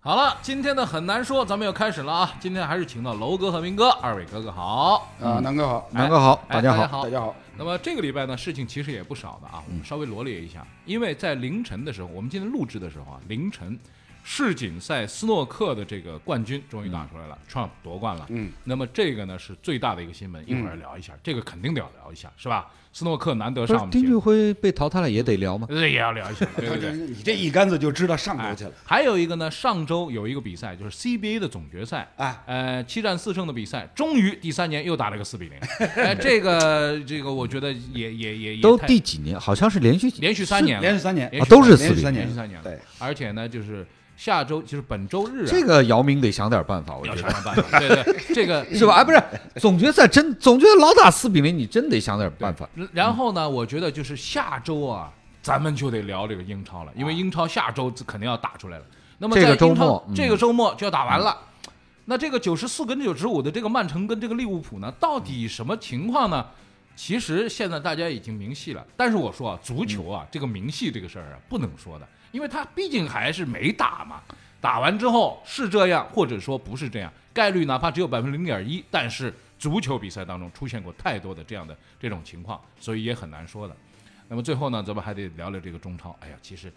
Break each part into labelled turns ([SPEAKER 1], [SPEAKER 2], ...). [SPEAKER 1] 好了，今天的很难说，咱们要开始了啊！今天还是请到楼哥和明哥，二位哥哥好。
[SPEAKER 2] 嗯
[SPEAKER 3] 啊，南哥好，
[SPEAKER 2] 南哥好，
[SPEAKER 1] 哎
[SPEAKER 2] 大家
[SPEAKER 1] 大家
[SPEAKER 2] 好。
[SPEAKER 1] 好
[SPEAKER 3] 大家好，
[SPEAKER 1] 那么这个礼拜呢，事情其实也不少的啊，我们稍微罗列一下，因为在凌晨的时候，我们今天录制的时候啊，凌晨世锦赛斯诺克的这个冠军终于打出来了、t r u m p 夺冠了。
[SPEAKER 3] 嗯，
[SPEAKER 1] 那么这个呢是最大的一个新闻，一
[SPEAKER 2] 嗯
[SPEAKER 1] 会儿聊一下，这个肯定得要聊一下，是吧？斯诺克难得
[SPEAKER 2] 不
[SPEAKER 1] 上
[SPEAKER 2] 是
[SPEAKER 1] 我们节
[SPEAKER 2] 丁俊
[SPEAKER 1] 目，
[SPEAKER 2] 晖被淘汰了也得聊吗？
[SPEAKER 1] 对，也要聊一下，对对对。
[SPEAKER 3] 你这一竿子就知道上头去了。
[SPEAKER 1] 还有一个呢，上周有一个比赛，就是 CBA 的总决赛，
[SPEAKER 3] 哎，
[SPEAKER 1] 呃，七战四胜的比赛，终于第三年又打了个四 比零，哎，这个这个我觉得也也也也
[SPEAKER 2] 都
[SPEAKER 1] 太
[SPEAKER 2] 第几年？好像是连续几
[SPEAKER 1] 连续三年了，
[SPEAKER 3] 连续三年
[SPEAKER 1] 连
[SPEAKER 2] 啊，
[SPEAKER 1] 续
[SPEAKER 2] 都是
[SPEAKER 3] 连
[SPEAKER 2] 四
[SPEAKER 3] 续
[SPEAKER 2] 比
[SPEAKER 3] 三
[SPEAKER 2] 零。
[SPEAKER 3] 年
[SPEAKER 1] 连续三年了
[SPEAKER 3] 对，
[SPEAKER 1] 而且呢，就是下周就是本周日啊，
[SPEAKER 2] 这个姚明得想点办法，我觉
[SPEAKER 1] 要
[SPEAKER 2] 得
[SPEAKER 1] 想想办法，对对， 这个嗯
[SPEAKER 2] 是吧？哎，不是，总决赛真总决赛老打四比零，你真得想点办 法。
[SPEAKER 1] 然然后呢，我觉得就是下周啊，咱们就得聊这个英超了，因为
[SPEAKER 3] 啊
[SPEAKER 1] 英超下周肯定要打出来了。那么
[SPEAKER 2] 这
[SPEAKER 1] 在
[SPEAKER 2] 个周
[SPEAKER 1] 英超
[SPEAKER 2] 末嗯
[SPEAKER 1] 这个周末就要打完了。那这个九十四跟九十五的这个曼城跟这个利物浦呢，到底什么情况呢？其实现在大家已经明细了，但是我说啊，足球
[SPEAKER 2] 嗯
[SPEAKER 1] 啊，这个明细这个事儿啊，不能说的，因为它毕竟还是没打嘛。打完之后是这样，或者说不是这样，概率哪怕只有百分之零点一，但是足球比赛当中出现过太多的这样的这种情况，所以也很难说的。那么最后呢，咱们还得聊聊这个中超。哎呀，其实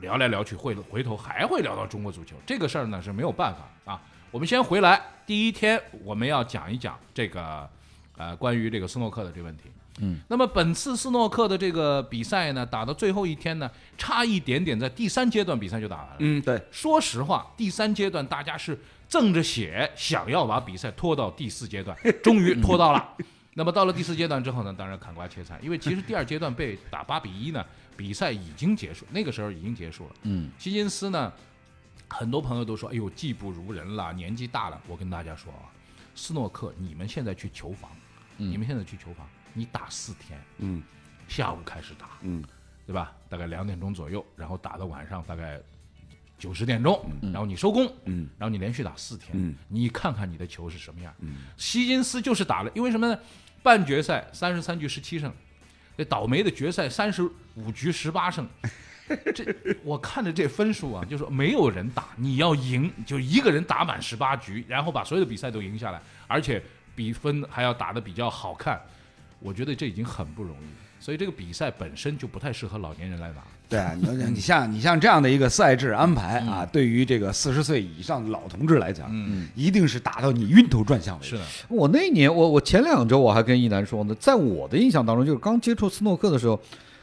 [SPEAKER 1] 聊来聊去，会回头还会聊到中国足球这个事儿呢是没有办法啊。我们先回来，第一天我们要讲一讲这个呃关于这个斯诺克的这个问题。嗯，那么本次斯诺克的这个比赛呢，打到最后一天呢，差一点点在第三阶段比赛就打完了。
[SPEAKER 3] 嗯，对，
[SPEAKER 1] 说实话，第三阶段大家是挣着血想要把比赛拖到第四阶 段，终于拖到了。那么到了第四阶段之后呢，当然砍瓜切菜，因为其实第二阶段被打八比一呢，比赛已经结束，那个时候已经结束了。
[SPEAKER 2] 嗯，
[SPEAKER 1] 希金斯呢，很多朋友都说，哎呦，技不如人了，年纪大了。我跟大家说啊，斯诺克，你们现在去球房，你们现在去球房，你打四天，
[SPEAKER 3] 嗯
[SPEAKER 1] 下午开始打，
[SPEAKER 3] 嗯，
[SPEAKER 1] 对吧？大概两点钟左右，然后打到晚上大概九十点钟，然后你收工，
[SPEAKER 3] 嗯，
[SPEAKER 1] 然后你连续打四天，
[SPEAKER 3] 嗯，
[SPEAKER 1] 你看看你的球是什么样。嗯，希金斯就是打了，因为什么呢？半决赛三十三局十七胜，这倒霉的决赛三十五局十八胜。这我看着这分数啊，就说没有人打，你要赢就一个人打满十八局，然后把所有的比赛都赢下来，而且比分还要打得比较好看，我觉得这已经很不容易了。所以这个比赛本身就不太适合老年人来打。
[SPEAKER 3] 对啊，你你像你像这样的一个赛制安排啊，
[SPEAKER 2] 嗯
[SPEAKER 3] 对于这个四十岁以上的老同志来讲，嗯，一定是打到你晕头转向为
[SPEAKER 1] 是
[SPEAKER 3] 止。
[SPEAKER 1] 的，
[SPEAKER 2] 我那年，我我前两周我还跟一楠说呢，在我的印象当中，就是刚接触斯诺克的时候，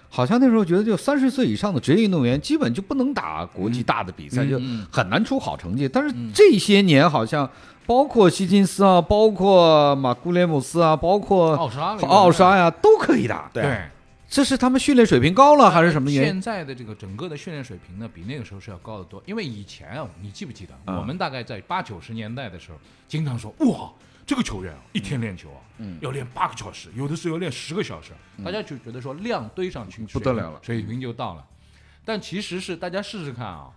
[SPEAKER 2] 好像那时候觉得就三十岁以上的职业运动员基本就不能打国际大的比
[SPEAKER 1] 嗯
[SPEAKER 2] 赛，就很难出好成绩。但是这些年好像。包括希金斯啊，包括马库列姆斯啊，包括
[SPEAKER 1] 奥沙那个
[SPEAKER 2] 奥沙呀、都可以打。
[SPEAKER 3] 对啊
[SPEAKER 2] 这是他们训练水平高了还是什么原因？
[SPEAKER 1] 现在的这个整个的训练水平呢，比那个时候是要高得多。因为以前啊，你记不记得，我们大概在八九十年代的时候，经常说哇，这个球员啊，一天练球啊，
[SPEAKER 2] 嗯
[SPEAKER 1] 要练八个小时，有的时候要练十个小时，大家就觉得说量堆上去
[SPEAKER 2] 不得了了
[SPEAKER 1] 水平水平就到了。但其实是大家试试看啊。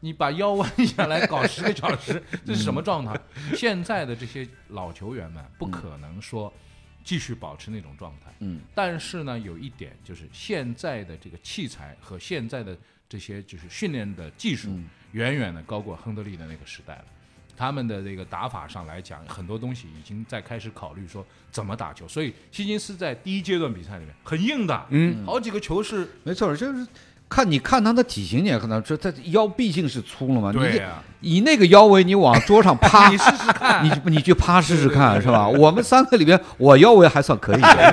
[SPEAKER 1] 你把腰弯下来搞十个小 时，这是
[SPEAKER 2] 嗯
[SPEAKER 1] 什么状态？现在的这些老球员们不可能说继续保持那种状态，
[SPEAKER 2] 嗯，
[SPEAKER 1] 但是呢，有一点就是现在的这个器材和现在的这些就是训练的技术，
[SPEAKER 2] 嗯
[SPEAKER 1] 远远的高过亨德利的那个时代了。他们的这个打法上来讲，很多东西已经在开始考虑说怎么打球，所以希金斯在第一阶段比赛里面很硬的，嗯，好几个球是，
[SPEAKER 2] 没错，就是看你看他的体型，你也看他这他腰毕竟是粗了嘛。
[SPEAKER 1] 对
[SPEAKER 2] 啊你
[SPEAKER 1] 呀、，
[SPEAKER 2] 以那个腰围，你往桌上 趴
[SPEAKER 1] 你试试看，
[SPEAKER 2] 你去你去趴试试
[SPEAKER 1] 对
[SPEAKER 2] 看，
[SPEAKER 1] 对哎
[SPEAKER 2] 是吧？我们三个里边，我腰围还算可以，啊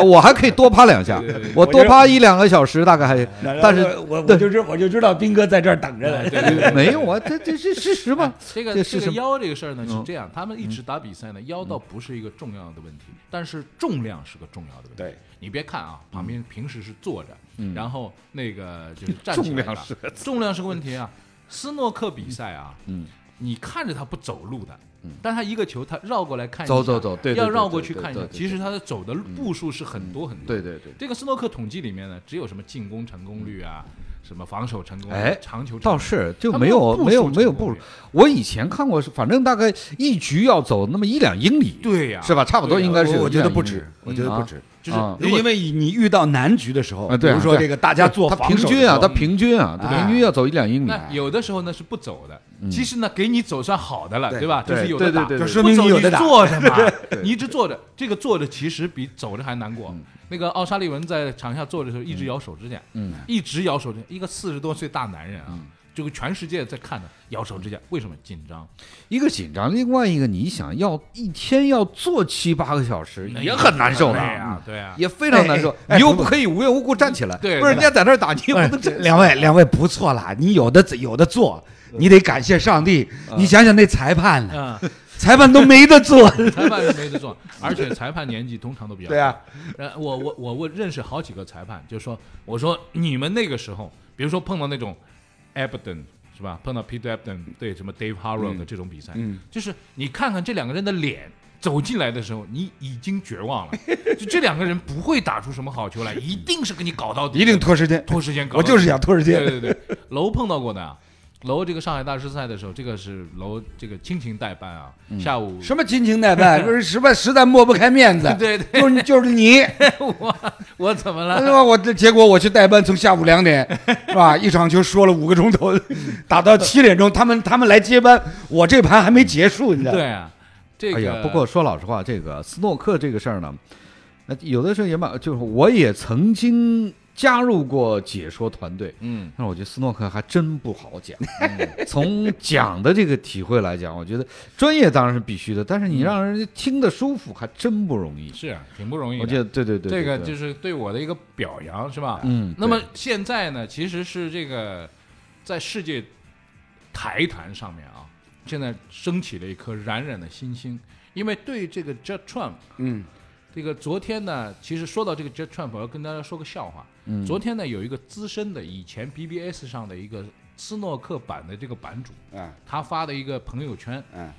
[SPEAKER 2] 我还可以多趴两下
[SPEAKER 1] 对对对，
[SPEAKER 2] 我多趴一两个小时大概还，但是
[SPEAKER 4] 我我就知我就知道斌哥在这儿等着
[SPEAKER 1] 对
[SPEAKER 4] 呢。
[SPEAKER 1] 对对
[SPEAKER 2] 没有啊，这这是事实嘛。
[SPEAKER 1] 这个
[SPEAKER 2] 这
[SPEAKER 1] 这
[SPEAKER 2] 是
[SPEAKER 1] 个
[SPEAKER 2] 什么
[SPEAKER 1] 腰这个事儿呢是
[SPEAKER 2] 嗯
[SPEAKER 1] 这样，他们一直打比赛呢，腰倒不是一个重要的问题，但是重量是个重要的问题。
[SPEAKER 3] 对，
[SPEAKER 1] 你别看啊，旁边平时是坐着，然后那个就是站起
[SPEAKER 2] 嗯重
[SPEAKER 1] 来
[SPEAKER 2] 量
[SPEAKER 1] 打
[SPEAKER 2] 是
[SPEAKER 1] 重量是个问题啊。斯诺克比赛啊，
[SPEAKER 2] 嗯，
[SPEAKER 1] 你看着他不走路的，但他一个球他绕过来看一下，
[SPEAKER 2] 走走走对对
[SPEAKER 1] 要
[SPEAKER 2] 对
[SPEAKER 1] 绕
[SPEAKER 2] 对
[SPEAKER 1] 过
[SPEAKER 2] 对
[SPEAKER 1] 去
[SPEAKER 2] 对
[SPEAKER 1] 看一
[SPEAKER 2] 对
[SPEAKER 1] 下。
[SPEAKER 2] 对对嗯
[SPEAKER 1] 其实他的走的步数是很多很多。
[SPEAKER 2] 对对对，
[SPEAKER 1] 这个斯诺克统计里面呢，只有什么进攻成功率啊，什么防守成功率、
[SPEAKER 2] 哎
[SPEAKER 1] 长球成功
[SPEAKER 2] 倒
[SPEAKER 1] 率
[SPEAKER 2] 是就
[SPEAKER 1] 他
[SPEAKER 2] 没有
[SPEAKER 1] 步
[SPEAKER 2] 没有
[SPEAKER 1] 数
[SPEAKER 2] 没有
[SPEAKER 1] 成功
[SPEAKER 2] 步
[SPEAKER 1] 率，
[SPEAKER 2] 我以前看过是，反正大概一局要走那么一两英里，
[SPEAKER 1] 对呀、
[SPEAKER 2] 是吧？差不多
[SPEAKER 1] 对呀
[SPEAKER 2] 应该是
[SPEAKER 3] 我
[SPEAKER 2] 有
[SPEAKER 3] 啊我
[SPEAKER 2] 一
[SPEAKER 3] 觉得
[SPEAKER 2] 两
[SPEAKER 3] 不
[SPEAKER 2] 英里
[SPEAKER 3] 止，我觉得
[SPEAKER 2] 嗯
[SPEAKER 3] 不
[SPEAKER 2] 啊
[SPEAKER 3] 止。就是
[SPEAKER 2] 啊
[SPEAKER 3] 因为你遇到难局的时候，
[SPEAKER 2] 啊对啊
[SPEAKER 3] 比如说这个大家做
[SPEAKER 2] 他
[SPEAKER 3] 防
[SPEAKER 2] 平
[SPEAKER 3] 守的
[SPEAKER 2] 均
[SPEAKER 3] 时
[SPEAKER 2] 啊，
[SPEAKER 3] 候哎
[SPEAKER 2] 他平均啊，他平均要走一两英里。
[SPEAKER 1] 那有的时候呢是不走的，其实呢给你走算好的了，
[SPEAKER 3] 对
[SPEAKER 1] 对吧？就
[SPEAKER 2] 嗯对
[SPEAKER 1] 是有的打，
[SPEAKER 2] 对对对对
[SPEAKER 3] 就说明
[SPEAKER 1] 不走
[SPEAKER 3] 你有的打
[SPEAKER 1] 坐着 嘛，你一直坐着，这个坐着其实比走着还难过。那个奥沙利文在场下坐着的时候，一直咬手指甲，
[SPEAKER 2] 嗯，
[SPEAKER 1] 一直咬手指甲，一个四十多岁大男人啊，这个全世界在看他咬手指甲，为什么紧张？
[SPEAKER 2] 一个紧张，另外一个你想要一天要坐七八个小时，也很难受的嗯
[SPEAKER 1] 对啊，哎对啊，
[SPEAKER 2] 也非常难受。
[SPEAKER 3] 哎哎哎
[SPEAKER 2] 你又不可以无缘无故站起来，
[SPEAKER 1] 对
[SPEAKER 2] 不是人家在那儿打，你也不能
[SPEAKER 3] 不是
[SPEAKER 2] 站。
[SPEAKER 3] 两位两位不错啦，你有的有的做，你得感谢上帝。
[SPEAKER 2] 嗯
[SPEAKER 3] 你想想那裁判了，
[SPEAKER 1] 嗯，
[SPEAKER 3] 裁判都没得做。
[SPEAKER 2] 嗯
[SPEAKER 1] 裁判是没得做，而且裁判年纪通常都比较
[SPEAKER 3] 对啊
[SPEAKER 1] 呃，我我我我认识好几个裁判，就说我说你们那个时候，比如说碰到那种 Ebden 是吧，碰到 Peter Ebden 对什么 Dave Harrod
[SPEAKER 3] 嗯
[SPEAKER 1] 的这种比赛，就是你看看这两个人的脸。走进来的时候，你已经绝望了。就这两个人不会打出什么好球来，一定是给你搞到底的，
[SPEAKER 3] 一定拖时间，
[SPEAKER 1] 拖时间搞到
[SPEAKER 3] 我
[SPEAKER 1] 底。
[SPEAKER 3] 就是想拖时间。
[SPEAKER 1] 对对对，楼碰到过的啊。楼这个上海大师赛的时候，这个是楼这个亲情代班啊，
[SPEAKER 3] 嗯
[SPEAKER 1] 下午，
[SPEAKER 3] 什么亲情代办，就是实在实在抹不开面子
[SPEAKER 1] 对对，
[SPEAKER 3] 就是就是你，
[SPEAKER 1] 我我怎 么
[SPEAKER 3] 是
[SPEAKER 1] 了？
[SPEAKER 3] 吧？我这结果我去代班，从下午两点，是吧？一场球说了五个钟 头，打到七点钟，他们他们来接班，我这盘还没结束，你知道？
[SPEAKER 1] 对啊，这个、
[SPEAKER 2] 哎呀，不过说老实话，这个斯诺克这个事儿呢，那有的时候也蛮，就是我也曾经加入过解说团队，
[SPEAKER 1] 嗯，
[SPEAKER 2] 但是我觉得斯诺克还真不好讲。嗯从讲的这个体会来讲，我觉得专业当然是必须的，但是你让人家听得舒服，还真不容易。
[SPEAKER 1] 是啊，挺不容易的。
[SPEAKER 2] 我觉得对对对，
[SPEAKER 1] 这个就是是对我的一个表扬，是吧？
[SPEAKER 2] 嗯
[SPEAKER 1] 那么现在呢，其实是这个在世界台坛上面啊，现在升起了一颗冉冉的新星，因为对这个 Jet Trump，
[SPEAKER 3] 嗯，
[SPEAKER 1] 这个昨天呢，其实说到这个 Jet Trump，我要跟大家说个笑话。
[SPEAKER 2] 嗯
[SPEAKER 1] 昨天呢，有一个资深的以前 BBS 上的一个斯诺克版的这个版主，
[SPEAKER 3] 啊，
[SPEAKER 1] 他发的一个朋友圈，
[SPEAKER 3] 嗯，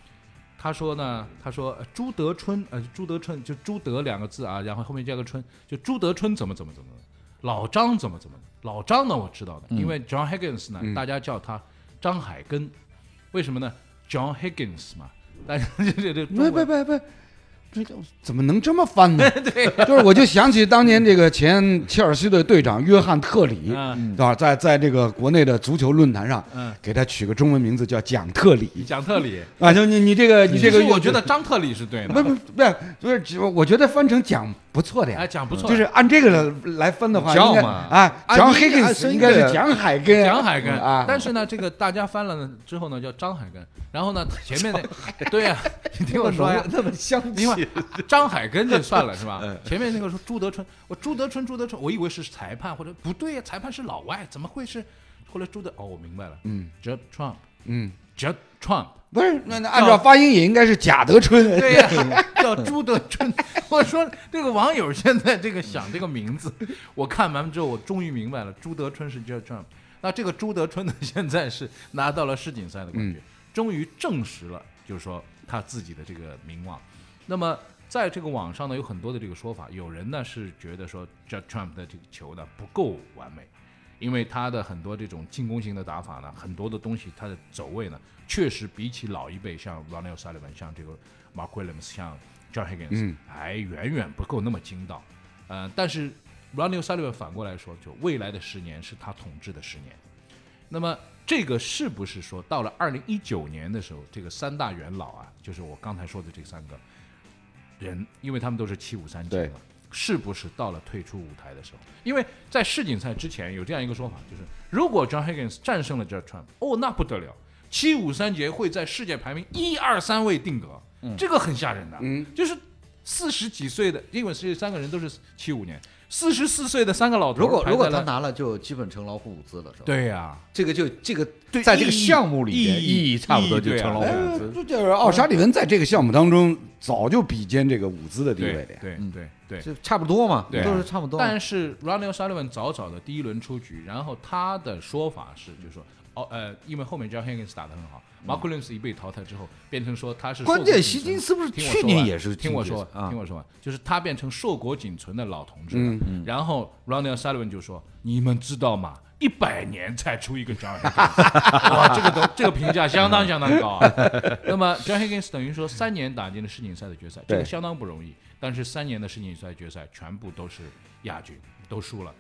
[SPEAKER 1] 他说呢，他说呃朱德春，呃，朱德春就朱德两个字啊，然后后面加个春，就朱德春怎么怎么怎么，老张怎么怎么，老张呢我知道的，
[SPEAKER 3] 嗯
[SPEAKER 1] 因为 John Higgins 呢，大家叫他张海根，为什么呢？John Higgins 嘛，但是 这这这中
[SPEAKER 3] 不不
[SPEAKER 1] 文
[SPEAKER 3] 不不，这叫怎么能这么翻呢？对、就是我就想起当年这个前切尔西的队长约翰特里，
[SPEAKER 1] 嗯
[SPEAKER 3] 对吧？在在这个国内的足球论坛上，
[SPEAKER 1] 嗯
[SPEAKER 3] 给他取个中文名字叫蒋特里
[SPEAKER 1] 讲特里，
[SPEAKER 3] 啊，就你你这个你这个
[SPEAKER 1] 其实
[SPEAKER 3] 又，
[SPEAKER 1] 我觉得张特里是对
[SPEAKER 3] 不
[SPEAKER 1] 的，
[SPEAKER 3] 不不是不是，我觉得翻成蒋不错的呀。
[SPEAKER 1] 哎，讲不错，
[SPEAKER 3] 就是按这个来分的话，
[SPEAKER 2] 叫
[SPEAKER 3] 应该
[SPEAKER 2] 嘛
[SPEAKER 3] 啊，
[SPEAKER 2] 啊
[SPEAKER 3] 蒋
[SPEAKER 2] 你
[SPEAKER 3] 黑
[SPEAKER 2] 啊
[SPEAKER 3] 根
[SPEAKER 2] 真
[SPEAKER 3] 应该
[SPEAKER 2] 的
[SPEAKER 3] 是蒋海根，
[SPEAKER 1] 蒋海根
[SPEAKER 3] 啊
[SPEAKER 1] 但是呢，这个大家翻了呢之后呢，叫张海根，然后呢，前面那，对 呀、你听我说呀，
[SPEAKER 2] 那么香
[SPEAKER 1] 另
[SPEAKER 2] 气
[SPEAKER 1] 外，张海根就算了是吧？
[SPEAKER 3] 嗯
[SPEAKER 1] 前面那个说朱德春，我朱德春朱德春，我以为是裁判或者不对呀、裁判是老外，怎么会是？后来朱德哦，我明白了，嗯，Judd Trump，Judd
[SPEAKER 3] 嗯，
[SPEAKER 1] Trump，
[SPEAKER 3] 不是，那那按照发音也应该是贾德春，
[SPEAKER 1] 对呀、 叫朱德春。我说这个网友现在这个想这个名字，我看完之后我终于明白了，朱德春是 Judd Trump。那这个朱德春呢， 现在是拿到了世锦赛的冠军，终于证实了，就是说他自己的这个名望。那么在这个网上呢，有很多的这个说法，有人呢是觉得说 Judd Trump 的这个球呢不够完美。因为他的很多这种进攻型的打法呢，很多的东西他的走位呢，确实比起老一辈像 Ronnie O'Sullivan、像这个 Mark Williams、像 John Higgins，、还远远不够那么精到。呃，但是 Ronnie O'Sullivan 反过来说，就未来的十年是他统治的十年。那么这个是不是说到了二零一九年的时候，这个三大元老啊，就是我刚才说的这三个人，因为他们都是七五三级
[SPEAKER 3] 对
[SPEAKER 1] 嘛，是不是到了退出舞台的时候？因为在世锦赛之前有这样一个说法，就是如果 John Higgins 战胜了 Judd Trump，哦，那不得了，七五三节会在世界排名一二三位定格，
[SPEAKER 2] 嗯
[SPEAKER 1] 这个很吓人的，就是。四十几岁的，因为这三个人都是七五年，四十四岁的三个老头儿
[SPEAKER 2] 如果
[SPEAKER 1] 排
[SPEAKER 2] 如果
[SPEAKER 1] 在
[SPEAKER 2] 他
[SPEAKER 1] 那
[SPEAKER 2] 拿了，就基本成老虎伍兹了，是吧？，
[SPEAKER 1] 对呀、
[SPEAKER 2] 这个就这个
[SPEAKER 1] 对
[SPEAKER 2] 在这个
[SPEAKER 1] 意义
[SPEAKER 2] 项目里边
[SPEAKER 1] 意义
[SPEAKER 2] 意义差不多就
[SPEAKER 1] 对啊
[SPEAKER 2] 成老虎
[SPEAKER 3] 哎
[SPEAKER 2] 伍兹。，
[SPEAKER 3] 这就是奥沙利文在这个项目当中早就比肩这个伍兹的地位
[SPEAKER 1] 对
[SPEAKER 3] 了呀。
[SPEAKER 1] 对
[SPEAKER 2] 嗯
[SPEAKER 1] 对对。
[SPEAKER 2] 就差不多嘛，
[SPEAKER 1] 对啊
[SPEAKER 2] 都是差不多嘛。
[SPEAKER 1] 但是 Ronnie O'Sullivan 早早的第一轮出局，然后他的说法是，就是说，哦呃，因为后面 John Higgins 打得很好、m a r k Williams 一被淘汰之后，变成说他是
[SPEAKER 2] 嗯关
[SPEAKER 1] 硕果
[SPEAKER 2] 键
[SPEAKER 1] 仅
[SPEAKER 2] 希
[SPEAKER 1] 存
[SPEAKER 2] 金斯不是
[SPEAKER 1] 听我
[SPEAKER 2] 去
[SPEAKER 1] 说
[SPEAKER 2] 年
[SPEAKER 1] 完
[SPEAKER 2] 也是
[SPEAKER 1] 听我
[SPEAKER 2] 进
[SPEAKER 1] 说
[SPEAKER 2] 决赛啊嗯
[SPEAKER 1] 完，听我说完，就是他变成硕果仅存的老同志了。然后 Ronnie O'Sullivan 就说：“你们知道吗？一百年才出一个 John Higgins，哇， 这个都这个评价相当相当高啊。那么 John Higgins 等于说三年打进了世锦赛的决赛，这个
[SPEAKER 2] 对
[SPEAKER 1] 相当不容易。但是三年的世锦赛决赛全部都是亚军，都输了。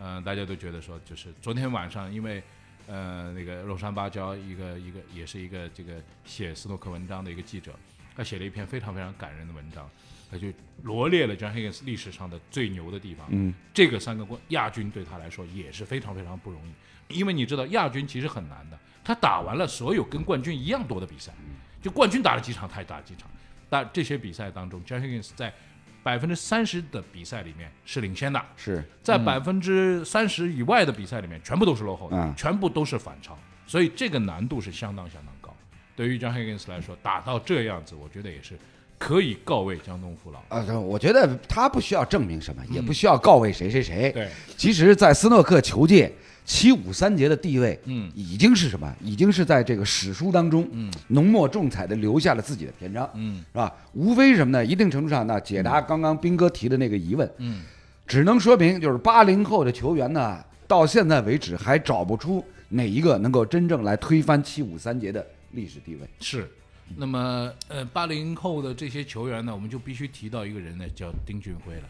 [SPEAKER 1] 嗯、大家都觉得说，就是昨天晚上因为。呃，那个肉山芭蕉，一个一个也是一个这个写斯诺克文章的一个记者，他写了一篇非常非常感人的文章，他就罗列了 John Higgins 历史上的最牛的地方。嗯，这个三个冠亚军对他来说也是非常非常不容易，因为你知道亚军其实很难的，他打完了所有跟冠军一样多的比赛，就冠军打了几场，他也打了几场。但这些比赛当中，John Higgins 在百分之三十的比赛里面是领先的，
[SPEAKER 3] 是
[SPEAKER 1] 在百分之三十以外的比赛里面，全部都是落后的，
[SPEAKER 3] 嗯
[SPEAKER 1] 全部都是反超，所以这个难度是相当相当高。对于 John Higgins 来说，打到这样子，我觉得也是可以告慰江东父老。
[SPEAKER 3] 啊，我觉得他不需要证明什么，也不需要告慰谁谁谁。
[SPEAKER 1] 对，
[SPEAKER 3] 其实，在斯诺克球界，七五三杰的地位，
[SPEAKER 1] 嗯
[SPEAKER 3] 已经是什么？已经是在这个史书当中，嗯，浓墨重彩的留下了自己的篇章，
[SPEAKER 1] 嗯，
[SPEAKER 3] 是吧？无非是什么呢？一定程度上呢，解答刚刚斌哥提的那个疑问，
[SPEAKER 1] 嗯，
[SPEAKER 3] 只能说明就是八零后的球员呢，到现在为止还找不出哪一个能够真正来推翻七五三杰的历史地位。
[SPEAKER 1] 是。那么，呃，八零后的这些球员呢，我们就必须提到一个人呢，叫丁俊晖了。